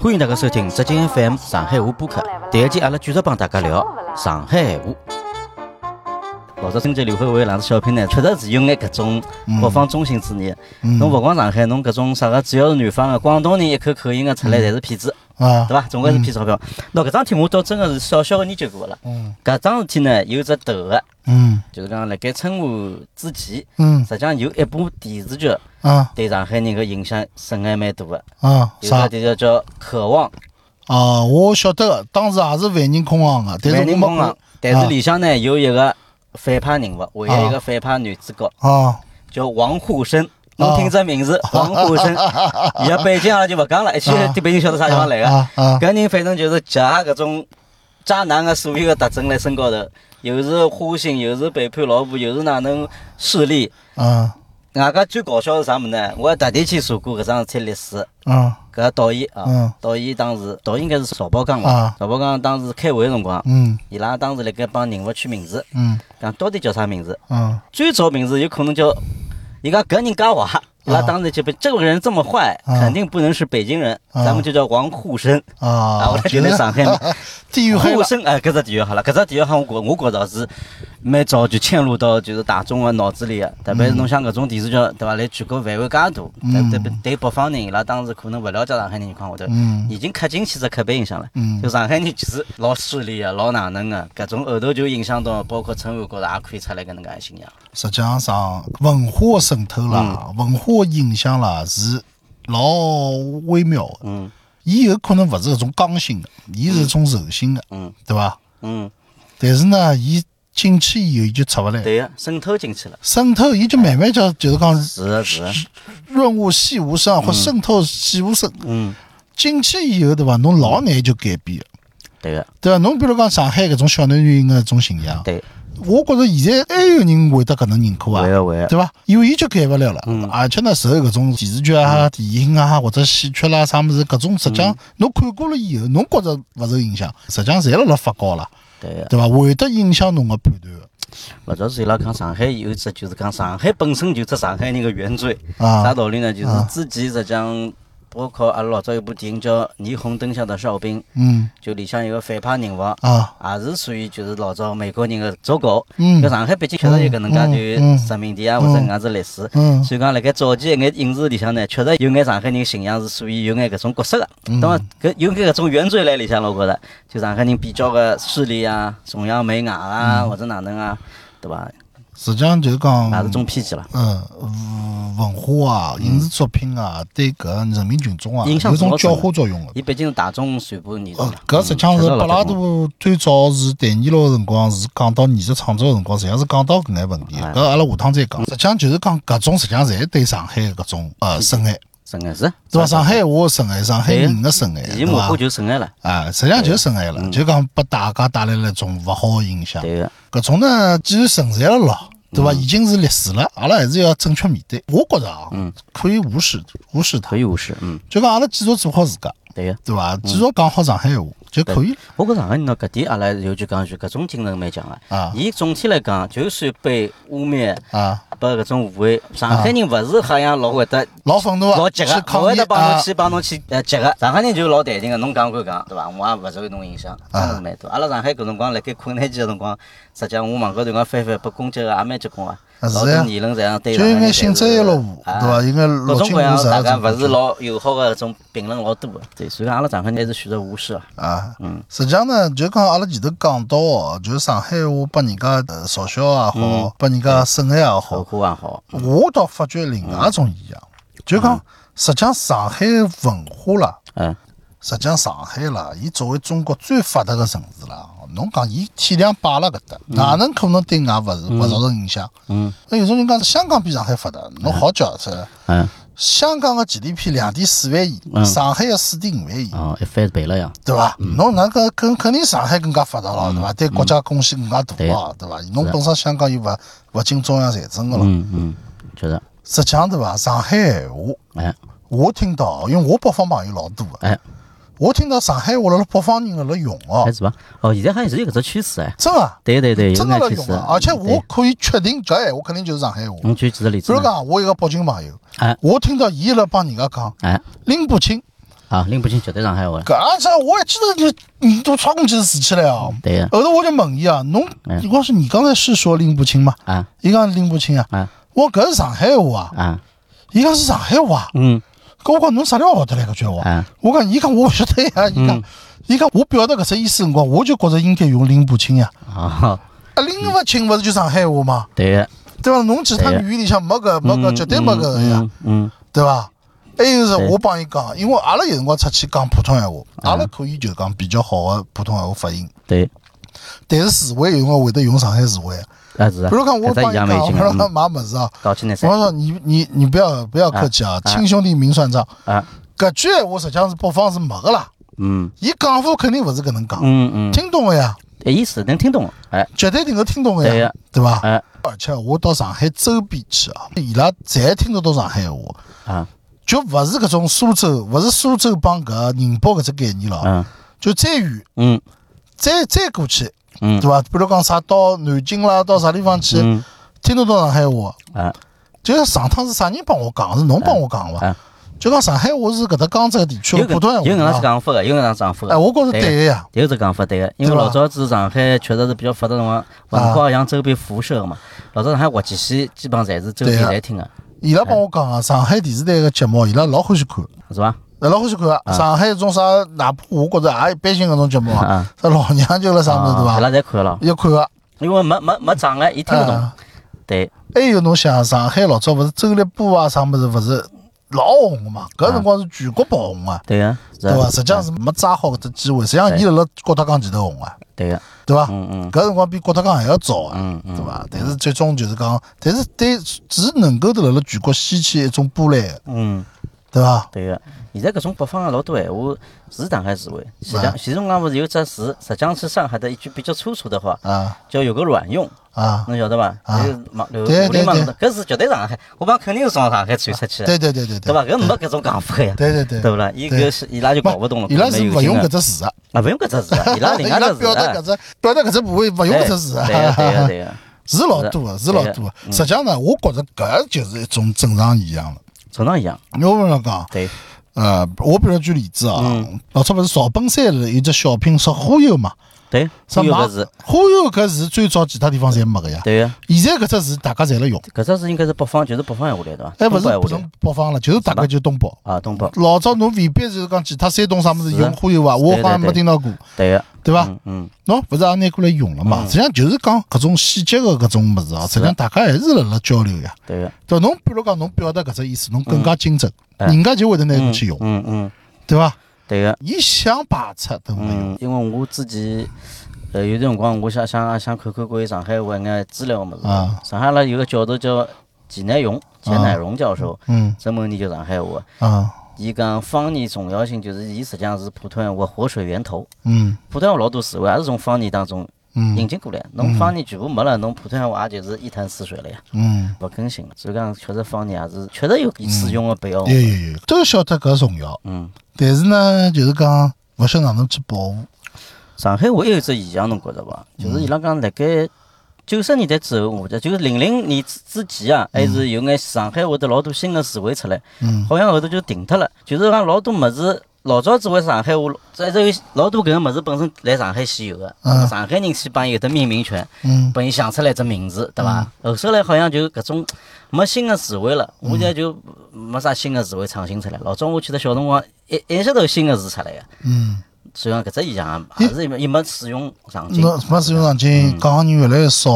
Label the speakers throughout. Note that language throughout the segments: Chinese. Speaker 1: 欢迎大家收听浙江 FM 上海话播客。第一期阿拉继续帮大家聊上海闲话。老早春节联欢会，两只小品呢，确实是有眼搿种
Speaker 2: 嗯
Speaker 1: 北方中心主义。侬勿光上海，侬搿种啥个，只要是南方个啊广东人一口口音个出
Speaker 2: 嗯
Speaker 1: 来，侪是骗子。
Speaker 2: 啊，
Speaker 1: 对伐？总归是骗钞票。喏，搿桩事体我倒真个是小小个研究过了。
Speaker 2: 嗯
Speaker 1: 搿桩事体呢，有只头个，
Speaker 2: 嗯
Speaker 1: 就是讲辣盖春晚之前，
Speaker 2: 嗯
Speaker 1: 实际上有一部电视剧
Speaker 2: 啊
Speaker 1: 对上海人个影响是还蛮大个。
Speaker 2: 啊
Speaker 1: 有只
Speaker 2: 啥
Speaker 1: 电视剧叫《渴望》，
Speaker 2: 啊？我晓得个，当时也是万人空巷个，
Speaker 1: 蛮
Speaker 2: 但是我
Speaker 1: 人
Speaker 2: 没
Speaker 1: 空啊，但是里向呢有一个反派人物，唯一一个反派女主角
Speaker 2: 啊
Speaker 1: 叫王沪生。侬听这名 字，王沪生，伊拉北京阿拉就勿讲了，一去
Speaker 2: 啊
Speaker 1: 对北京晓得啥地方来个。
Speaker 2: 啊啊啊
Speaker 1: 搿人反正就是集搿种渣男个所有个特征辣身高头，又是花心，又是背叛老婆，又是哪能势利。
Speaker 2: 啊
Speaker 1: 外加最搞笑是啥物事呢？我还特地去查过搿桩事体历史。
Speaker 2: 啊
Speaker 1: 搿个导演啊
Speaker 2: 嗯，
Speaker 1: 导演当时导演应该是邵宝刚伐
Speaker 2: 啊？
Speaker 1: 邵宝刚当时开会个辰光，
Speaker 2: 嗯
Speaker 1: 伊拉当时辣盖帮人物取名字，
Speaker 2: 嗯
Speaker 1: 讲到底叫啥名字？
Speaker 2: 嗯
Speaker 1: 最早名字有可能叫，伊讲搿人介坏，伊拉当时就被这个人这么坏，
Speaker 2: 啊
Speaker 1: 肯定不能是北京人，
Speaker 2: 啊
Speaker 1: 咱们就叫王沪生。啊，
Speaker 2: 啊
Speaker 1: 我来就来上海嘛。
Speaker 2: 地域黑
Speaker 1: 沪
Speaker 2: 了
Speaker 1: 生哎，搿只地域好了，搿只地域好，我觉我觉着是蛮早就嵌入到就是大众个脑子里个，特别是侬像搿种电视剧，对伐？来全国范围介大，对对对，北方人伊拉当时可能勿了解上海人情况下头，
Speaker 2: 嗯
Speaker 1: 已经刻进去只刻板印象了。
Speaker 2: 嗯
Speaker 1: 就上海人其实老势利个，老哪能个，搿种后头就影响到包括春晚高头也看出来搿能介个形象。
Speaker 2: 实际上上文化渗透
Speaker 1: 嗯
Speaker 2: 啦，文化影响啦是老微妙的。
Speaker 1: 嗯
Speaker 2: 伊有可能勿是搿种刚性的，伊是一种柔性的，
Speaker 1: 嗯
Speaker 2: 对伐？
Speaker 1: 嗯，
Speaker 2: 但是呢，伊进去以后伊就出勿来，
Speaker 1: 对个，渗透进去了。
Speaker 2: 渗透伊就慢慢叫就是讲
Speaker 1: 是的是的，
Speaker 2: 润物细无声，或渗透细无声。
Speaker 1: 嗯，
Speaker 2: 进去以后，对伐？侬老难就改变了，
Speaker 1: 对个，
Speaker 2: 对伐？侬比如讲上海搿种小男人个种形象，
Speaker 1: 对，
Speaker 2: 我觉着现在还有人会得搿能认可
Speaker 1: 会
Speaker 2: 啊，
Speaker 1: 个会个，
Speaker 2: 对伐？因为伊就改勿了了
Speaker 1: 嗯，
Speaker 2: 而且呢，受搿种电视剧啊、电影啊或者戏曲啦啥物事，搿种实际
Speaker 1: 嗯
Speaker 2: 上侬看过了以后，侬觉着勿受影响，实际上侪辣辣发酵了，
Speaker 1: 对个。
Speaker 2: 对伐？会得影响侬个判断的
Speaker 1: 老早是伊拉讲上海有一只就是讲上海本身就是上海人的原罪，啥
Speaker 2: 啊
Speaker 1: 道理呢？就是
Speaker 2: 啊
Speaker 1: 之前实际上包括阿拉老早有部电影叫《霓虹灯下的哨兵》，
Speaker 2: 嗯
Speaker 1: 就里向有个反派人物。
Speaker 2: 啊
Speaker 1: 也是属于就是老早美国人的走狗，
Speaker 2: 嗯
Speaker 1: 搿上海毕竟确实有搿能介
Speaker 2: 嗯
Speaker 1: 段
Speaker 2: 嗯
Speaker 1: 殖民地啊或者搿能介子历史，
Speaker 2: 嗯
Speaker 1: 所以讲辣盖早期一眼影视里向呢，确实有眼上海人形象是属于有眼搿种角色的。
Speaker 2: 嗯
Speaker 1: 当然搿有眼搿种原罪辣里向，我觉着就上海人比较个势利啊，崇洋媚外啊
Speaker 2: 嗯
Speaker 1: 或者哪能啊，对伐？
Speaker 2: 实际上就是讲
Speaker 1: 也是种偏见了。
Speaker 2: 嗯，文文化啊，影视作品啊，对搿人民群众啊，
Speaker 1: 影响
Speaker 2: 有种
Speaker 1: 老
Speaker 2: 教
Speaker 1: 深
Speaker 2: 化作用的。
Speaker 1: 伊毕竟是大众传播艺术
Speaker 2: 呃
Speaker 1: 嘛，
Speaker 2: 搿实际上是
Speaker 1: 嗯
Speaker 2: 柏
Speaker 1: 确实
Speaker 2: 拉。
Speaker 1: 老大众
Speaker 2: 图最早是谈尼罗个辰光，是讲到艺术创作个辰光，实际上是讲到搿眼问题的。
Speaker 1: 哎
Speaker 2: 搿阿拉下趟再讲。实际上就是讲搿种，实际上侪对上海搿种
Speaker 1: 嗯
Speaker 2: 呃深爱，
Speaker 1: 真的是，
Speaker 2: 对伐？上海话深爱，上海
Speaker 1: 对呀嗯
Speaker 2: 人个深爱，
Speaker 1: 伊
Speaker 2: 哎对
Speaker 1: 模
Speaker 2: 伐
Speaker 1: 糊？就成爱了，
Speaker 2: 啊，实际上就是深爱了，就讲拨大家带来了一种勿好个影响。
Speaker 1: 对个，
Speaker 2: 搿种呢，既然存在了咯，对伐？已经是历史了，阿拉还是要正确面对。我觉着啊，可以无视无视它
Speaker 1: 可，以无视，嗯，
Speaker 2: 就讲阿拉继续做好自家，
Speaker 1: 对个。
Speaker 2: 对伐？继续讲好上海话就可以了。
Speaker 1: 我觉着上海人呢，搿点阿拉有句讲句，搿种精神蛮强个
Speaker 2: 啊。
Speaker 1: 伊总体来讲，就算被污蔑，
Speaker 2: 啊，
Speaker 1: 被搿种误会，上海人勿是好像老会得
Speaker 2: 老愤怒啊，
Speaker 1: 老急
Speaker 2: 去
Speaker 1: 个，勿
Speaker 2: 抗
Speaker 1: 会
Speaker 2: 议
Speaker 1: 得帮
Speaker 2: 啊
Speaker 1: 侬去帮侬去呃急个。上海人就老淡定个，侬讲归讲，对伐？我也勿受侬影响，真
Speaker 2: 啊
Speaker 1: 的是蛮多。阿拉上海搿辰光辣盖困难期个辰光，实际上我网高头讲翻翻，被攻击个也蛮结棍个，
Speaker 2: 啊是
Speaker 1: 老
Speaker 2: 呀
Speaker 1: 多言论实际上对
Speaker 2: 就有
Speaker 1: 上海人侪
Speaker 2: 眼幸
Speaker 1: 是
Speaker 2: 灾乐祸，
Speaker 1: 啊
Speaker 2: 对伐？有眼
Speaker 1: 各
Speaker 2: 六
Speaker 1: 种
Speaker 2: 亲
Speaker 1: 各
Speaker 2: 无
Speaker 1: 样
Speaker 2: 啥
Speaker 1: 大家
Speaker 2: 种
Speaker 1: 勿是老友好的种评论老多的，对，所以讲阿拉上海人还是选择无视啊。
Speaker 2: 啊，实际上呢，就讲阿拉前头讲到哦，就是上海话拨人家呃嘲笑也好，拨人家审爱也好
Speaker 1: 效，果也好，
Speaker 2: 我倒发觉另外一种现象，就讲实际上上海文化啦，
Speaker 1: 嗯，
Speaker 2: 实际上上海啦，伊作为中国最发达个城市啦，侬讲伊体量摆辣搿搭，哪能可能对外勿是勿造成影响？
Speaker 1: 嗯，
Speaker 2: 那有种人讲香港比上海发达，侬好叫出来。
Speaker 1: 嗯，
Speaker 2: 香港个 GDP 两点四万亿，上海个四点五万亿，
Speaker 1: 哦，一翻倍了呀，
Speaker 2: 对伐？
Speaker 1: 嗯
Speaker 2: 侬那个肯肯定上海更加发达了，对伐？对国家贡献更加大了，对伐？侬本身香港又勿勿进中央财政个了，
Speaker 1: 嗯嗯，确实，
Speaker 2: 实际上对伐？上海闲话，
Speaker 1: 哎
Speaker 2: 我听到，因为我北方朋友老多个，
Speaker 1: 哎，
Speaker 2: 我听到上海话辣辣北方人辣辣用哦
Speaker 1: 还，是吧？哦，现在好像是有搿只趋势哎，
Speaker 2: 真个。
Speaker 1: 对对对，有
Speaker 2: 真的啊
Speaker 1: 搿
Speaker 2: 辣
Speaker 1: 趋
Speaker 2: 用
Speaker 1: 势
Speaker 2: 啊，，而且我
Speaker 1: 对，嗯
Speaker 2: 可以确定搿闲话肯定就是上海话。
Speaker 1: 侬举几个例
Speaker 2: 比
Speaker 1: 子
Speaker 2: 如
Speaker 1: 呢？
Speaker 2: 讲，我一个北京朋友
Speaker 1: 哎，
Speaker 2: 我听到伊辣帮人家讲
Speaker 1: 哎，
Speaker 2: 拎不清，
Speaker 1: 啊，拎不清绝对上海话。
Speaker 2: 搿这我还记得你你都操公鸡死起来哦。
Speaker 1: 对呀，
Speaker 2: 后头我就问伊啊，侬
Speaker 1: 嗯
Speaker 2: 你光是你刚才是说拎不清吗？
Speaker 1: 啊
Speaker 2: 伊讲拎不清啊。
Speaker 1: 啊
Speaker 2: 我搿是上海话啊，
Speaker 1: 啊，
Speaker 2: 伊讲是上海话啊。
Speaker 1: 嗯
Speaker 2: 搿我讲侬啥地方学得来搿句话？
Speaker 1: 啊嗯
Speaker 2: 我讲伊讲我勿晓得呀。伊讲伊讲我表达搿只意思辰光，我就觉着应该用拎不清呀。
Speaker 1: 啊，
Speaker 2: 啊，拎勿清勿是就上海话嘛，
Speaker 1: 对呀，
Speaker 2: 对伐？侬其他
Speaker 1: 对呀
Speaker 2: 语言里向没搿没搿，绝对没搿个哎呀。
Speaker 1: 嗯嗯
Speaker 2: 对伐？还有是
Speaker 1: 对啊
Speaker 2: 我帮伊讲，因为阿拉有辰光出去讲普通闲话，阿拉可以就讲比较好的普通闲话发音，
Speaker 1: 对，
Speaker 2: 但是词汇有辰光会得用上海词汇。
Speaker 1: 啊是啊。
Speaker 2: 比如讲，我帮伊
Speaker 1: 样
Speaker 2: 讲，
Speaker 1: 没
Speaker 2: 我
Speaker 1: 劲
Speaker 2: 让他
Speaker 1: 嗯，
Speaker 2: 买物事啊，
Speaker 1: 搞清点噻
Speaker 2: 我。说你你你不要不要客气啊，亲兄弟明算账，
Speaker 1: 啊，
Speaker 2: 搿句闲话实际上是北方是没个啦，
Speaker 1: 嗯
Speaker 2: 伊讲法肯定勿是搿能讲，
Speaker 1: 嗯嗯，
Speaker 2: 听懂个呀，
Speaker 1: 哎意思能听懂，哎
Speaker 2: 绝对能够听懂个
Speaker 1: 对
Speaker 2: 呀
Speaker 1: 呀，
Speaker 2: 对伐？
Speaker 1: 哎
Speaker 2: 而且我到上海周边去啊，伊拉侪听得到上海闲话。
Speaker 1: 啊
Speaker 2: 就勿是搿种苏州，勿是苏州帮搿宁波搿只概念了，
Speaker 1: 嗯
Speaker 2: 就再远，
Speaker 1: 嗯
Speaker 2: 再再过去，
Speaker 1: 嗯
Speaker 2: 对伐？比如讲啥到南京啦，到啥地方去，
Speaker 1: 嗯
Speaker 2: 听得到上海话。
Speaker 1: 啊
Speaker 2: 就是上趟是啥人帮我讲？是侬帮我讲伐？
Speaker 1: 啊，
Speaker 2: 就讲上海话是搿搭江浙地区
Speaker 1: 有
Speaker 2: 的
Speaker 1: 搿
Speaker 2: 普通
Speaker 1: 有搿
Speaker 2: 闲
Speaker 1: 能
Speaker 2: 话
Speaker 1: 是
Speaker 2: 嘛。
Speaker 1: 讲法个，有搿能讲法
Speaker 2: 哎，
Speaker 1: 个。
Speaker 2: 我觉着对个呀，
Speaker 1: 有这讲法对个，因为
Speaker 2: 对吧
Speaker 1: 老早子上海确实是比较发达辰光，文化向周边辐射个嘛。老早上海活体系基本上侪是周边
Speaker 2: 对
Speaker 1: 侪听个，
Speaker 2: 伊拉帮我讲啊，上海电视台个节目，伊拉老欢喜看，
Speaker 1: 是伐？
Speaker 2: 老欢喜看
Speaker 1: 嗯
Speaker 2: 啊。上海种啥，哪怕我觉着也一般性搿种节目啊
Speaker 1: 啊，
Speaker 2: 啥老娘舅了啥物事对
Speaker 1: 嗯伊
Speaker 2: 伐？
Speaker 1: 拉侪看了，
Speaker 2: 要看啊个，
Speaker 1: 因为没没没障碍，伊听不懂
Speaker 2: 啊。
Speaker 1: 对，
Speaker 2: 还有侬想，上海老早勿是周立波啊啥物事，勿是老红个嘛？搿辰光是全国爆红啊，
Speaker 1: 对个，啊是
Speaker 2: 对
Speaker 1: 啊
Speaker 2: 伐？实际上是没抓好搿只机会，实际上伊辣辣郭德纲前头红啊，
Speaker 1: 对个，
Speaker 2: 对伐？
Speaker 1: 嗯嗯
Speaker 2: 搿辰光比郭德纲还要早啊，
Speaker 1: 嗯
Speaker 2: 对
Speaker 1: 嗯，
Speaker 2: 伐？但是最终就是讲，但是对，只能够得辣辣全国掀起一种波澜的，
Speaker 1: 嗯，
Speaker 2: 对伐？
Speaker 1: 对个。现在搿种北方个老多闲话是上海词汇，前
Speaker 2: 啊
Speaker 1: 两前辰光勿是有只词，实际上是上海的一句比较粗俗的话，
Speaker 2: 啊
Speaker 1: 叫有个卵用，
Speaker 2: 啊，
Speaker 1: 侬晓得伐？
Speaker 2: 啊
Speaker 1: 就是马流
Speaker 2: 对
Speaker 1: 狐狸嘛
Speaker 2: 对
Speaker 1: 搿是绝对上海，我讲肯定是从上海传出去的。
Speaker 2: 对对对
Speaker 1: 对
Speaker 2: 对对
Speaker 1: 伐？搿没搿种讲法呀，
Speaker 2: 对对对
Speaker 1: 对勿啦？伊
Speaker 2: 对
Speaker 1: 搿是伊拉就搞勿懂了，
Speaker 2: 伊拉
Speaker 1: 搿
Speaker 2: 是
Speaker 1: 没有
Speaker 2: 勿用
Speaker 1: 劲
Speaker 2: 搿
Speaker 1: 啊
Speaker 2: 只词啊，
Speaker 1: 啊，勿用搿只字 啊，伊拉另
Speaker 2: 伊
Speaker 1: 外
Speaker 2: 拉
Speaker 1: 只字
Speaker 2: 表达
Speaker 1: 啊
Speaker 2: 搿，只表达搿只部位勿用搿只词啊，
Speaker 1: 对呀对呀对呀，
Speaker 2: 是老多的，是老多的。
Speaker 1: 嗯
Speaker 2: 实际上呢，我觉着搿就是一种正常现象了。
Speaker 1: 正常一样，
Speaker 2: 啊因为我跟侬讲，
Speaker 1: 对，
Speaker 2: 呃，我比如举例子啊，
Speaker 1: 嗯
Speaker 2: 老早勿是赵本山是有只小品说忽悠嘛，
Speaker 1: 对，
Speaker 2: 啥
Speaker 1: 忽悠
Speaker 2: 嘛
Speaker 1: 搿字，
Speaker 2: 忽悠搿字最早其他地方侪没个呀。
Speaker 1: 对呀，
Speaker 2: 现在搿只字大家侪辣用，
Speaker 1: 搿只是应该是北方，就是北方闲话来对伐？东
Speaker 2: 还勿
Speaker 1: 北
Speaker 2: 是
Speaker 1: 闲
Speaker 2: 哎不
Speaker 1: 话来
Speaker 2: 从北方了，就是大概就东北。
Speaker 1: 啊，东北，
Speaker 2: 老早侬未必就是讲其他山东啥物事
Speaker 1: 是
Speaker 2: 用忽悠伐，啊我好像没
Speaker 1: 对对对
Speaker 2: 听到过，
Speaker 1: 对呀，
Speaker 2: 对伐？
Speaker 1: 嗯嗯，
Speaker 2: 喏，勿是也拿过来用了嘛？实际上就是讲搿种细节个搿种物事啊，实际上大家还是辣辣交流呀。
Speaker 1: 对呀，
Speaker 2: 对，侬比如讲，侬表达搿只意思，侬更加精准，人家就会得拿哎侬去用，
Speaker 1: 嗯嗯，
Speaker 2: 对伐？
Speaker 1: 对呀，
Speaker 2: 伊想排斥都没用。
Speaker 1: 嗯，因为我自己。呃，有辰光我想想想看看关于上海话一眼资料个物事
Speaker 2: 啊。
Speaker 1: 上海阿拉有个教授叫钱乃荣，钱乃荣教授
Speaker 2: 嗯
Speaker 1: 专门研究上海话。
Speaker 2: 啊，
Speaker 1: 伊讲方言重要性，就是伊实际上是普通话活水源头。
Speaker 2: 嗯
Speaker 1: 普通话老多词汇也是从方言当中引
Speaker 2: 嗯
Speaker 1: 进过来，侬方言全部没了，侬普通话也就是一潭死水了呀，
Speaker 2: 嗯，
Speaker 1: 勿更新了。所以讲，确实方言也是确实有使用的必要。
Speaker 2: 有有有，都晓得搿重要，
Speaker 1: 嗯，
Speaker 2: 但是呢，就是讲勿晓得哪能去保护。
Speaker 1: 上海话还有一只现象，侬觉着伐？
Speaker 2: 嗯
Speaker 1: 就是伊拉讲，辣盖九十年代之后，或者就是零零年之之前啊，还是有眼上海话的老多新的词汇出来，
Speaker 2: 嗯
Speaker 1: 好像后头就停脱了。就是讲老多物事，老早子为上海话，再再有老多搿个物事本身来上海先有个，
Speaker 2: 嗯
Speaker 1: 上海人先帮伊有得命名权，
Speaker 2: 嗯
Speaker 1: 帮伊想出来只名字，对伐？后首来好像就搿种没新的词汇了，
Speaker 2: 嗯
Speaker 1: 我现在就没啥新的词汇创新出来。老早我记得小辰光一一些头新的字出来个，
Speaker 2: 嗯，
Speaker 1: 所以讲搿只现象也也是伊没使用场景，
Speaker 2: 那没使用场景，
Speaker 1: 嗯
Speaker 2: 讲个人越来越少，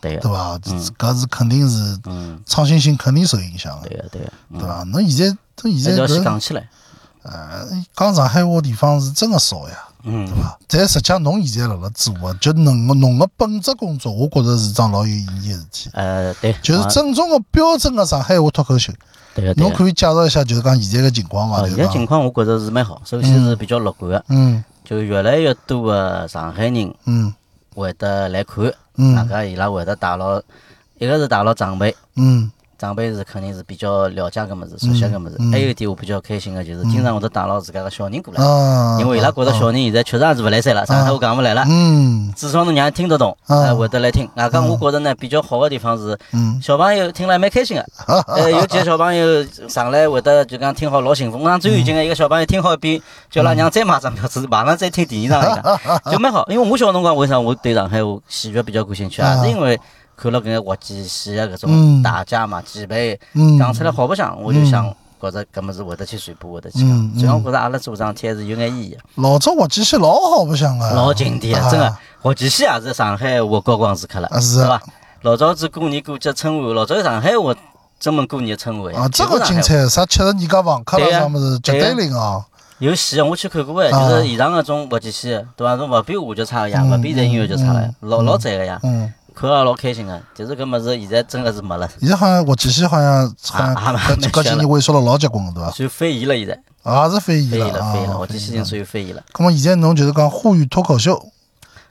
Speaker 1: 对
Speaker 2: 对
Speaker 1: 个，
Speaker 2: 伐？搿是肯定是
Speaker 1: 嗯，
Speaker 2: 创新性肯定受影响的，
Speaker 1: 对个对个，
Speaker 2: 对伐？侬现在侬
Speaker 1: 还
Speaker 2: 现
Speaker 1: 是
Speaker 2: 在
Speaker 1: 要先
Speaker 2: 搿
Speaker 1: 讲起来，
Speaker 2: 呃讲上海话地方是真个少呀。
Speaker 1: 嗯
Speaker 2: 对，伐？但实际上，侬现在辣辣做个，就侬个侬个本职工作，我觉着是桩老有意义个事体。
Speaker 1: 呃，对，
Speaker 2: 就是
Speaker 1: 啊
Speaker 2: 正宗个标准个上海话脱口秀，
Speaker 1: 对个对
Speaker 2: 侬
Speaker 1: 个。
Speaker 2: 可以介绍一下，就是讲现在个情况
Speaker 1: 哦，
Speaker 2: 啊伐？就是
Speaker 1: 现在情
Speaker 2: 讲，
Speaker 1: 况我觉着是蛮好，首先是比较乐观个，
Speaker 2: 嗯
Speaker 1: 就越来越多个上海人
Speaker 2: 嗯
Speaker 1: 会得来看，大
Speaker 2: 嗯
Speaker 1: 家伊拉会得带牢，一个是带牢长辈，
Speaker 2: 嗯
Speaker 1: 长辈是肯定是比较了解搿物事，熟悉搿物事。还有一点我比较开心的就是，经常会得带牢自家个小人过来，
Speaker 2: 啊，
Speaker 1: 因为伊拉觉得小人现在确实也是勿来三了，上海话讲勿来了。
Speaker 2: 嗯
Speaker 1: 至少能让人听得懂，
Speaker 2: 啊
Speaker 1: 哎，会得来听。外加我觉得呢，比较好的地方是，
Speaker 2: 嗯
Speaker 1: 小朋友听了还蛮开心 的。呃，有几个小朋友上来会得就讲听好老兴奋。我上最有劲的一个小朋友听好一遍，叫拉娘再买张票子，马上再听第二场了 一个，就蛮好。因为我小辰光为啥我对上海话戏剧比较感兴趣啊？
Speaker 2: 啊
Speaker 1: 是因为看了搿眼滑稽戏啊，搿
Speaker 2: 嗯
Speaker 1: 种打架嘛、几辈
Speaker 2: 嗯，
Speaker 1: 讲出来好白相，我就想觉着搿物事会得去传播，会得去
Speaker 2: 嗯
Speaker 1: 讲。
Speaker 2: 嗯
Speaker 1: 所以我觉着阿拉做桩事体还是有眼意义啊的。
Speaker 2: 老早滑稽戏老好啊白相个，
Speaker 1: 老经典，真
Speaker 2: 的
Speaker 1: 的。滑稽戏也是啊上海话高光时刻了
Speaker 2: 啊，是
Speaker 1: 是吧？老早子过年过节春晚，老早上海话专门过年春晚
Speaker 2: 啊，这
Speaker 1: 全部
Speaker 2: 个
Speaker 1: 上海
Speaker 2: 精
Speaker 1: 话
Speaker 2: 彩，啥吃了人家房客了
Speaker 1: 对呀
Speaker 2: 啥么子，绝
Speaker 1: 对
Speaker 2: 对
Speaker 1: 呀
Speaker 2: 灵啊！
Speaker 1: 有戏我去看过哎，
Speaker 2: 啊
Speaker 1: 就是现场那种滑稽戏，对伐？侬勿比话剧差个呀，
Speaker 2: 嗯
Speaker 1: 勿比咱音乐剧差个呀，老老赞个呀，
Speaker 2: 嗯，
Speaker 1: 看了也老开心个。但是搿物事现在真的是没了，
Speaker 2: 现在好像滑稽戏好像好像
Speaker 1: 啊啊
Speaker 2: 搿
Speaker 1: 没
Speaker 2: 搿
Speaker 1: 学
Speaker 2: 几
Speaker 1: 了
Speaker 2: 年萎缩了老结棍了，
Speaker 1: 算非遗了现在，
Speaker 2: 对伐？也是啊非遗
Speaker 1: 非遗
Speaker 2: 了
Speaker 1: 了，非遗了，
Speaker 2: 啊
Speaker 1: 滑！稽戏已经属于非遗了。
Speaker 2: 那么现在侬就是讲沪语脱口秀，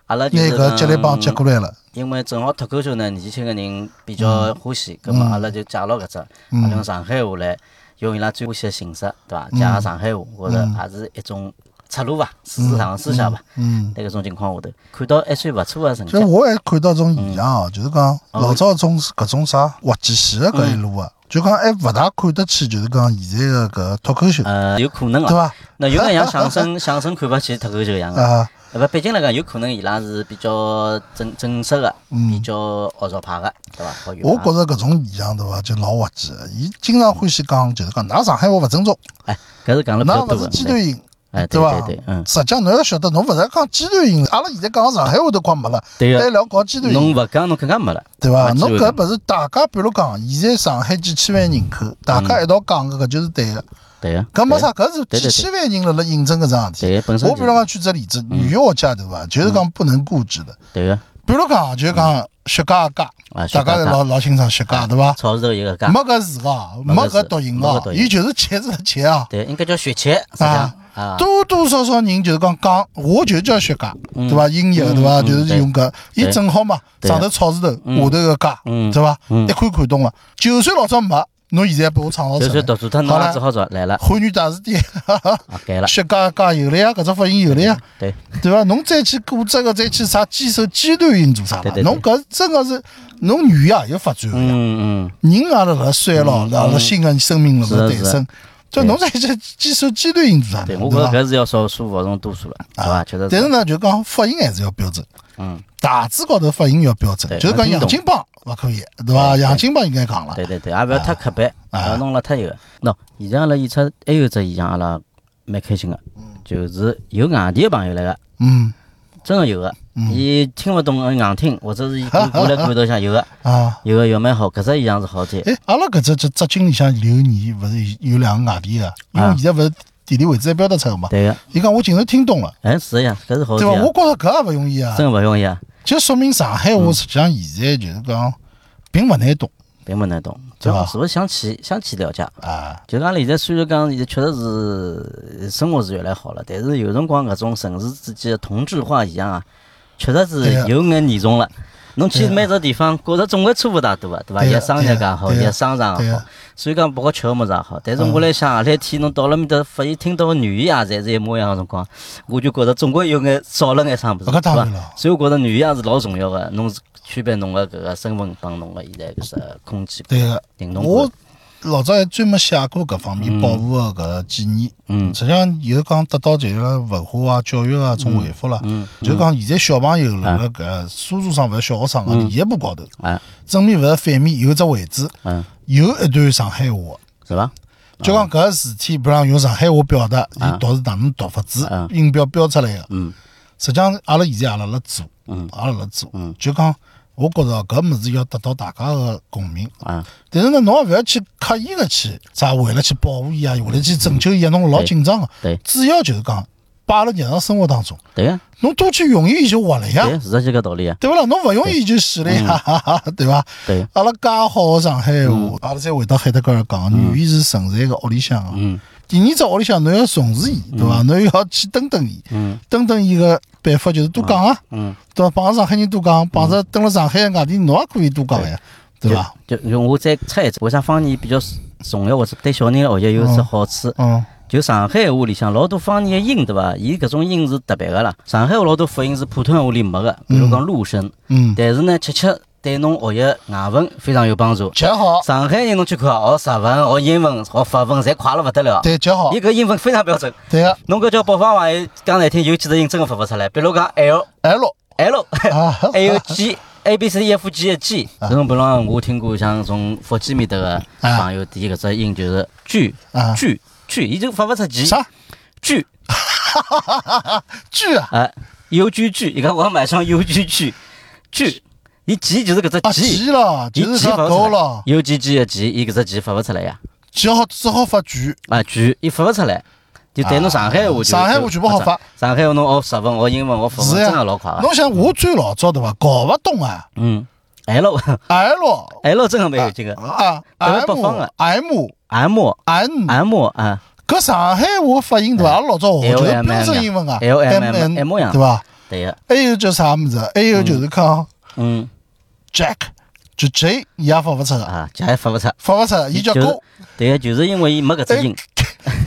Speaker 1: 阿拉就
Speaker 2: 拿
Speaker 1: 是
Speaker 2: 搿接力棒接
Speaker 1: 讲
Speaker 2: 过来了，
Speaker 1: 因为正好脱口秀呢，年轻个人比
Speaker 2: 嗯
Speaker 1: 较欢喜，咁啊么阿拉就介绍搿只，阿拉用上海话来，用伊拉最欢喜个形式，对
Speaker 2: 嗯
Speaker 1: 伐？介绍上海话，或者也是一种出路伐，试试尝试一下伐。
Speaker 2: 嗯。
Speaker 1: 在搿种情况下头，看到还算勿错个成
Speaker 2: 其实
Speaker 1: 绩，
Speaker 2: 我还看到种现象哦，
Speaker 1: 嗯
Speaker 2: 就是讲老早种搿种啥滑稽戏的搿一路
Speaker 1: 嗯
Speaker 2: 啊，就讲还勿大看得起，就是讲现在的搿脱口秀，
Speaker 1: 呃，有可能
Speaker 2: 对
Speaker 1: 个。
Speaker 2: 伐？
Speaker 1: 那有眼像相声， 相声看勿起脱口秀一样个。
Speaker 2: 啊，
Speaker 1: 勿，毕竟来讲，有可能伊拉是比较正正式个，比较学术派个，对伐？学院
Speaker 2: 嗯我
Speaker 1: 派
Speaker 2: 觉着搿种现象对伐，就老滑稽的。伊经常欢喜讲，就是讲，㑚上海话勿正宗，
Speaker 1: 哎，搿是讲了比
Speaker 2: 㑚
Speaker 1: 较多
Speaker 2: 勿是
Speaker 1: 个。
Speaker 2: 鸡
Speaker 1: 对
Speaker 2: 团型，
Speaker 1: 哎，对
Speaker 2: 对伐？
Speaker 1: 对对，嗯，
Speaker 2: 实际上侬要晓得，侬勿是讲鸡团型，阿拉现在讲上海话都快没了，
Speaker 1: 对
Speaker 2: 还
Speaker 1: 个。
Speaker 2: 聊搞鸡团
Speaker 1: 侬
Speaker 2: 型，
Speaker 1: 勿讲，侬更加没了。
Speaker 2: 对伐？
Speaker 1: 鸡
Speaker 2: 侬
Speaker 1: 团
Speaker 2: 搿
Speaker 1: 型
Speaker 2: 勿是大家，比如讲，现在上海几千万人口，大家一道讲搿个就是对个，
Speaker 1: 对个。
Speaker 2: 搿没
Speaker 1: 嗯对啊
Speaker 2: 啥，搿是
Speaker 1: 对对
Speaker 2: 几
Speaker 1: 对
Speaker 2: 千万人辣辣印证搿桩事体。
Speaker 1: 对，本身
Speaker 2: 我
Speaker 1: 就嗯
Speaker 2: 比如讲举只例子，语言学家对伐？就是讲不能固执的，
Speaker 1: 对个，
Speaker 2: 比如讲啊就是
Speaker 1: 嗯
Speaker 2: 讲薛家家，
Speaker 1: 啊，
Speaker 2: 大家侪老老清爽薛家对伐？
Speaker 1: 草字头有个家，
Speaker 2: 没搿字个，没
Speaker 1: 嗯没搿
Speaker 2: 搿
Speaker 1: 字
Speaker 2: 读音
Speaker 1: 没搿
Speaker 2: 个
Speaker 1: 读，音
Speaker 2: 伊就是切是切啊。
Speaker 1: 对，应该叫血切，实际上啊，
Speaker 2: 多多少少人就是讲讲，我就叫薛家，对伐？音译
Speaker 1: 嗯
Speaker 2: 对伐？
Speaker 1: 嗯
Speaker 2: 就是
Speaker 1: 对
Speaker 2: 用搿，伊
Speaker 1: 对
Speaker 2: 正好嘛，
Speaker 1: 对
Speaker 2: 上头草字头，下头个家，
Speaker 1: 嗯
Speaker 2: 对伐？
Speaker 1: 嗯
Speaker 2: 一看看懂了。就算老早没，侬现在拨我创造
Speaker 1: 就
Speaker 2: 出来
Speaker 1: 算，读错脱，
Speaker 2: 好
Speaker 1: 侬
Speaker 2: 了
Speaker 1: 也只好找来了，
Speaker 2: 汉语大字 典，
Speaker 1: 啊，改了，
Speaker 2: 薛家家有了呀，搿只发音有了呀，
Speaker 1: 对，
Speaker 2: 对伐？侬再去顾这个，再去啥坚守阶段音做啥
Speaker 1: 对
Speaker 2: 啦？
Speaker 1: 对对
Speaker 2: 侬搿真个是侬语言也有发展个呀，
Speaker 1: 嗯嗯，嗯
Speaker 2: 人也辣辣衰老，辣辣新个生命辣辣
Speaker 1: 是的
Speaker 2: 诞
Speaker 1: 是的
Speaker 2: 生。就侬再去坚守阶段音做啥啦？
Speaker 1: 对
Speaker 2: 对
Speaker 1: 我觉着
Speaker 2: 伐？
Speaker 1: 搿是要少数服从多数了，对伐？确实
Speaker 2: 但是
Speaker 1: 是，
Speaker 2: 呢，就讲发音还是要标准，
Speaker 1: 嗯，
Speaker 2: 大致高头发音要标准，
Speaker 1: 对
Speaker 2: 就是讲
Speaker 1: 能听
Speaker 2: 杨
Speaker 1: 懂
Speaker 2: 金帮勿可以，对伐？杨金帮应该讲了，
Speaker 1: 对对对，也勿要太刻板，勿要弄了太有。喏，现在阿拉演出还有只现象，阿拉蛮开心个，就是有外地个朋友来个，
Speaker 2: 嗯
Speaker 1: 真个有个，伊听勿懂个硬听，或者是 伊过过来看头像有个，
Speaker 2: 啊。
Speaker 1: 有个有蛮好，搿只现象是好点，
Speaker 2: 哎，阿拉搿只只只经里向留言，勿是有两个外地个，因为
Speaker 1: 啊
Speaker 2: 现在勿是地理位置还标得出个嘛。
Speaker 1: 对个，啊
Speaker 2: 伊讲我竟然听懂了，
Speaker 1: 哎，是呀，搿是好
Speaker 2: 对
Speaker 1: 点
Speaker 2: 伐？
Speaker 1: 啊
Speaker 2: 我，觉着搿也勿容易啊，
Speaker 1: 真勿容易啊。
Speaker 2: 就说明上海
Speaker 1: 嗯
Speaker 2: 话实际上现在就是讲并勿难懂
Speaker 1: 并不难懂，主
Speaker 2: 对吧
Speaker 1: 要是不是想去想去了解？
Speaker 2: 啊。
Speaker 1: 就讲现在虽然讲现在确实是生活是越来越好了，但是有辰光搿种城市之间的同质化现象啊，确实
Speaker 2: 对呀
Speaker 1: 是有眼严重了。侬去
Speaker 2: 对呀
Speaker 1: 每只地方，觉着总归差勿大多个，对伐？
Speaker 2: 对呀
Speaker 1: 一商业街也好，
Speaker 2: 对呀
Speaker 1: 一商场
Speaker 2: 对啊
Speaker 1: 也
Speaker 2: 呀
Speaker 1: 啊好，所以讲包括吃个物事也好。但是我来想，
Speaker 2: 嗯
Speaker 1: 那天侬到了面搭，发现听到个语言也侪是一模一样个辰光，我就觉着总归有眼少了眼啥物事，
Speaker 2: 搿
Speaker 1: 对
Speaker 2: 当
Speaker 1: 伐
Speaker 2: 然了？
Speaker 1: 所以我觉着语言也是老重要啊个，侬是区别侬个搿个身份帮侬个现在搿只空间
Speaker 2: 对啊个，
Speaker 1: 认同
Speaker 2: 我
Speaker 1: 感。
Speaker 2: 老早还专门写过搿方面保护个搿建议。
Speaker 1: 嗯
Speaker 2: 实际上有讲得到这个文化啊、教育啊种回复了。
Speaker 1: 嗯，
Speaker 2: 就讲现在小朋友辣辣搿苏州上勿是小学生啊，第一步高头，
Speaker 1: 啊，
Speaker 2: 正面勿是反面有只位置，
Speaker 1: 嗯，
Speaker 2: 有一段上海话。
Speaker 1: 是吧？
Speaker 2: 就讲
Speaker 1: 啊
Speaker 2: 搿事体，比方用上海话表达，伊读是哪能读法子
Speaker 1: 啊，
Speaker 2: 音标标出来个。
Speaker 1: 嗯
Speaker 2: 实际上，阿拉现在也辣辣做，
Speaker 1: 嗯
Speaker 2: 也辣辣做
Speaker 1: 嗯，
Speaker 2: 就讲我觉着搿物事要得到大家个共鸣。
Speaker 1: 啊，
Speaker 2: 但是呢，侬也勿要去刻意个去，啥为了去保护伊啊，为了去拯救伊啊，侬老
Speaker 1: 对
Speaker 2: 紧张个。
Speaker 1: 对
Speaker 2: 主要就是讲摆辣日常生活当中，
Speaker 1: 对呀，
Speaker 2: 侬多去用伊就活了呀，
Speaker 1: 对，是这个道理呀。啊
Speaker 2: 对勿啦？侬勿用伊就死了呀， 对伐？
Speaker 1: 对，嗯
Speaker 2: 阿拉介好个上海话，阿拉才回到海德格尔讲，语言是存在个屋里向个。
Speaker 1: 嗯
Speaker 2: 第二只屋里向侬要重视伊，对伐？侬要去等等伊，
Speaker 1: 嗯
Speaker 2: 等等伊个办法就是多讲啊，
Speaker 1: 嗯，
Speaker 2: 对伐？帮上海人多讲，帮着等了上海的外地人侬也可以多讲呀，对伐？
Speaker 1: 就就我再猜一猜，为啥方言比较重要，或者对小人来学习有只好处？
Speaker 2: 嗯，
Speaker 1: 就上海话里向老多方言的音，对伐？伊搿种音是特别个啦。上海话老多发音是普通话里没个，比如讲陆声。
Speaker 2: 嗯
Speaker 1: 但是呢，恰恰对侬学习外文非常有帮助。
Speaker 2: 极好，
Speaker 1: 上海人侬去看，学日文、学英文、学法文，侪快了勿得了。
Speaker 2: 对，极好
Speaker 1: 伊，搿英文非常标准。
Speaker 2: 对个
Speaker 1: 侬搿叫北方话，讲难听，有几只音真个发勿出来。比如讲 L
Speaker 2: ，L
Speaker 1: L，
Speaker 2: 啊，
Speaker 1: 还有 G A B C D E F G 的 G。搿种比如讲，我听过像从福建面搭个
Speaker 2: 啊
Speaker 1: 朋友提搿只音就是句
Speaker 2: 啊
Speaker 1: 句句，伊就发勿出 G
Speaker 2: 啥
Speaker 1: 句
Speaker 2: 句啊？
Speaker 1: 啊，U G G，伊讲我要买双 U G G 句，伊 G 就是搿只
Speaker 2: 啊，
Speaker 1: G，
Speaker 2: 急了，
Speaker 1: 伊
Speaker 2: 就是
Speaker 1: G
Speaker 2: 讲
Speaker 1: 发勿
Speaker 2: 够
Speaker 1: 出来
Speaker 2: 了，
Speaker 1: ，U G G 的 G，伊搿只 G 发勿出来呀。
Speaker 2: 极好，只好发句，
Speaker 1: 啊，句伊发勿出来，就对侬上海话就
Speaker 2: 啊上海话全部好发。
Speaker 1: 就上海话侬学日文、学英文、学法
Speaker 2: 是
Speaker 1: 文，
Speaker 2: 呀
Speaker 1: 真个老快啊。
Speaker 2: 侬想我最老早对伐？搞勿懂啊
Speaker 1: 嗯，L
Speaker 2: ，L
Speaker 1: L 真个没有这个
Speaker 2: 啊
Speaker 1: 特别
Speaker 2: ，M
Speaker 1: 北方的
Speaker 2: M
Speaker 1: M
Speaker 2: N，
Speaker 1: M 啊，
Speaker 2: 搿上海话发音对伐？阿拉老早学就是
Speaker 1: LMM
Speaker 2: 标准英文啊
Speaker 1: LMM
Speaker 2: M
Speaker 1: M 样
Speaker 2: 对伐？
Speaker 1: 对个，
Speaker 2: 还有叫啥物事？还有就是讲
Speaker 1: 嗯
Speaker 2: Jack，就 J 伊也发勿出个，
Speaker 1: 啊，这还发勿出，
Speaker 2: 发勿出个，伊叫
Speaker 1: 就
Speaker 2: Go
Speaker 1: 是。对个，就是因为伊没搿只音。
Speaker 2: 哎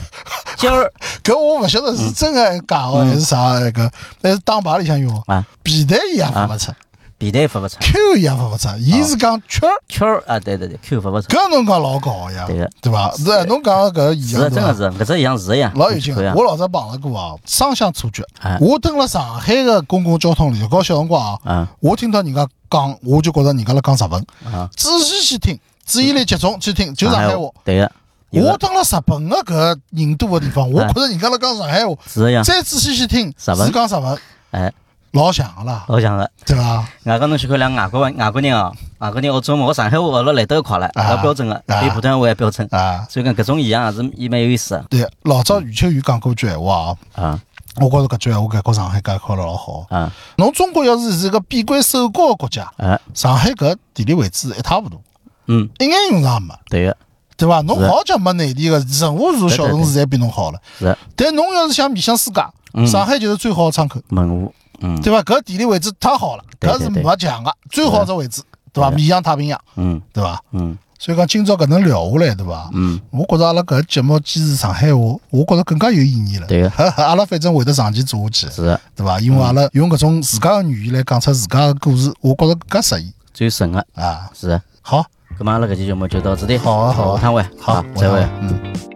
Speaker 1: 今儿
Speaker 2: 搿我勿晓得是真个假
Speaker 1: 嗯
Speaker 2: 个还是啥那个，但是打牌里向用的
Speaker 1: 啊，
Speaker 2: 皮带伊也发勿出
Speaker 1: 皮带发勿出，
Speaker 2: ，Q 伊也发勿出，伊是
Speaker 1: 哦
Speaker 2: 讲圈儿，
Speaker 1: 圈儿啊，对对对，Q 发勿出，
Speaker 2: 搿侬讲老高呀，
Speaker 1: 对个
Speaker 2: 对伐？是啊侬讲个搿现
Speaker 1: 是的
Speaker 2: 象
Speaker 1: 真
Speaker 2: 对
Speaker 1: 个
Speaker 2: 伐？
Speaker 1: 是啊搿只样是的呀，
Speaker 2: 老有劲
Speaker 1: 可以
Speaker 2: 个
Speaker 1: 啊，
Speaker 2: 我老早碰着过啊，双向错觉
Speaker 1: 哎。
Speaker 2: 我蹲辣上海个公共交通里，高小辰光啊
Speaker 1: 嗯，
Speaker 2: 我听到人家讲，我就觉着人家辣讲日文，
Speaker 1: 啊，
Speaker 2: 仔细去听，注意力集中去听，就上海话。
Speaker 1: 对个，有
Speaker 2: 我
Speaker 1: 的
Speaker 2: 蹲辣日本个搿人多个地方，我觉着人家辣讲上海话，
Speaker 1: 是的呀，
Speaker 2: 再仔细去听，
Speaker 1: 啊日文
Speaker 2: 是讲日文。
Speaker 1: 哎，
Speaker 2: 老像个啦，
Speaker 1: 老像个。
Speaker 2: 对伐？
Speaker 1: 外加侬去看两外国外国人哦，外国人学中文，学上海话学了来得快了，
Speaker 2: 啊
Speaker 1: 老标准个，
Speaker 2: 啊
Speaker 1: 比普通话还标准。
Speaker 2: 啊，
Speaker 1: 所以讲搿种现象也是也蛮有意思的
Speaker 2: 对，老早余秋雨讲过一句闲话啊，
Speaker 1: 啊
Speaker 2: 我觉着搿句闲话概括上海概括了老好。
Speaker 1: 啊
Speaker 2: 侬中国要是是个闭关守国个国家，
Speaker 1: 啊，
Speaker 2: 上海搿地理位置一塌糊涂，
Speaker 1: 嗯，
Speaker 2: 一眼用场没，
Speaker 1: 对个，
Speaker 2: 对伐？侬
Speaker 1: 是
Speaker 2: 好讲没内地个任何座小城市侪比侬好了，
Speaker 1: 是的
Speaker 2: 但侬要是想面向世界，
Speaker 1: 嗯
Speaker 2: 上海就是最好个窗口，
Speaker 1: 门户，嗯
Speaker 2: 对伐？搿地理位置太好了，
Speaker 1: 对
Speaker 2: 搿
Speaker 1: 对
Speaker 2: 是
Speaker 1: 对
Speaker 2: 没讲个最好只位置，对伐？
Speaker 1: 对
Speaker 2: 面向太平洋，
Speaker 1: 嗯
Speaker 2: 对伐？
Speaker 1: 嗯
Speaker 2: 所以讲今朝搿能聊下来，对伐？
Speaker 1: 嗯，
Speaker 2: 我觉着阿拉搿节目坚持上海话，我觉着更加有意义了。
Speaker 1: 对
Speaker 2: 阿拉反正会得长期做下去，
Speaker 1: 是的，
Speaker 2: 对伐？因为阿
Speaker 1: 嗯
Speaker 2: 拉用搿种自家个语言来讲出自家个故事，我觉着更加适意
Speaker 1: 最神个，
Speaker 2: 啊。
Speaker 1: 是的。啊
Speaker 2: 好，
Speaker 1: 咁么阿拉搿期节目就到这里，
Speaker 2: 好啊好啊
Speaker 1: 下趟会，
Speaker 2: 好，
Speaker 1: 再
Speaker 2: 我
Speaker 1: 会
Speaker 2: 来。嗯。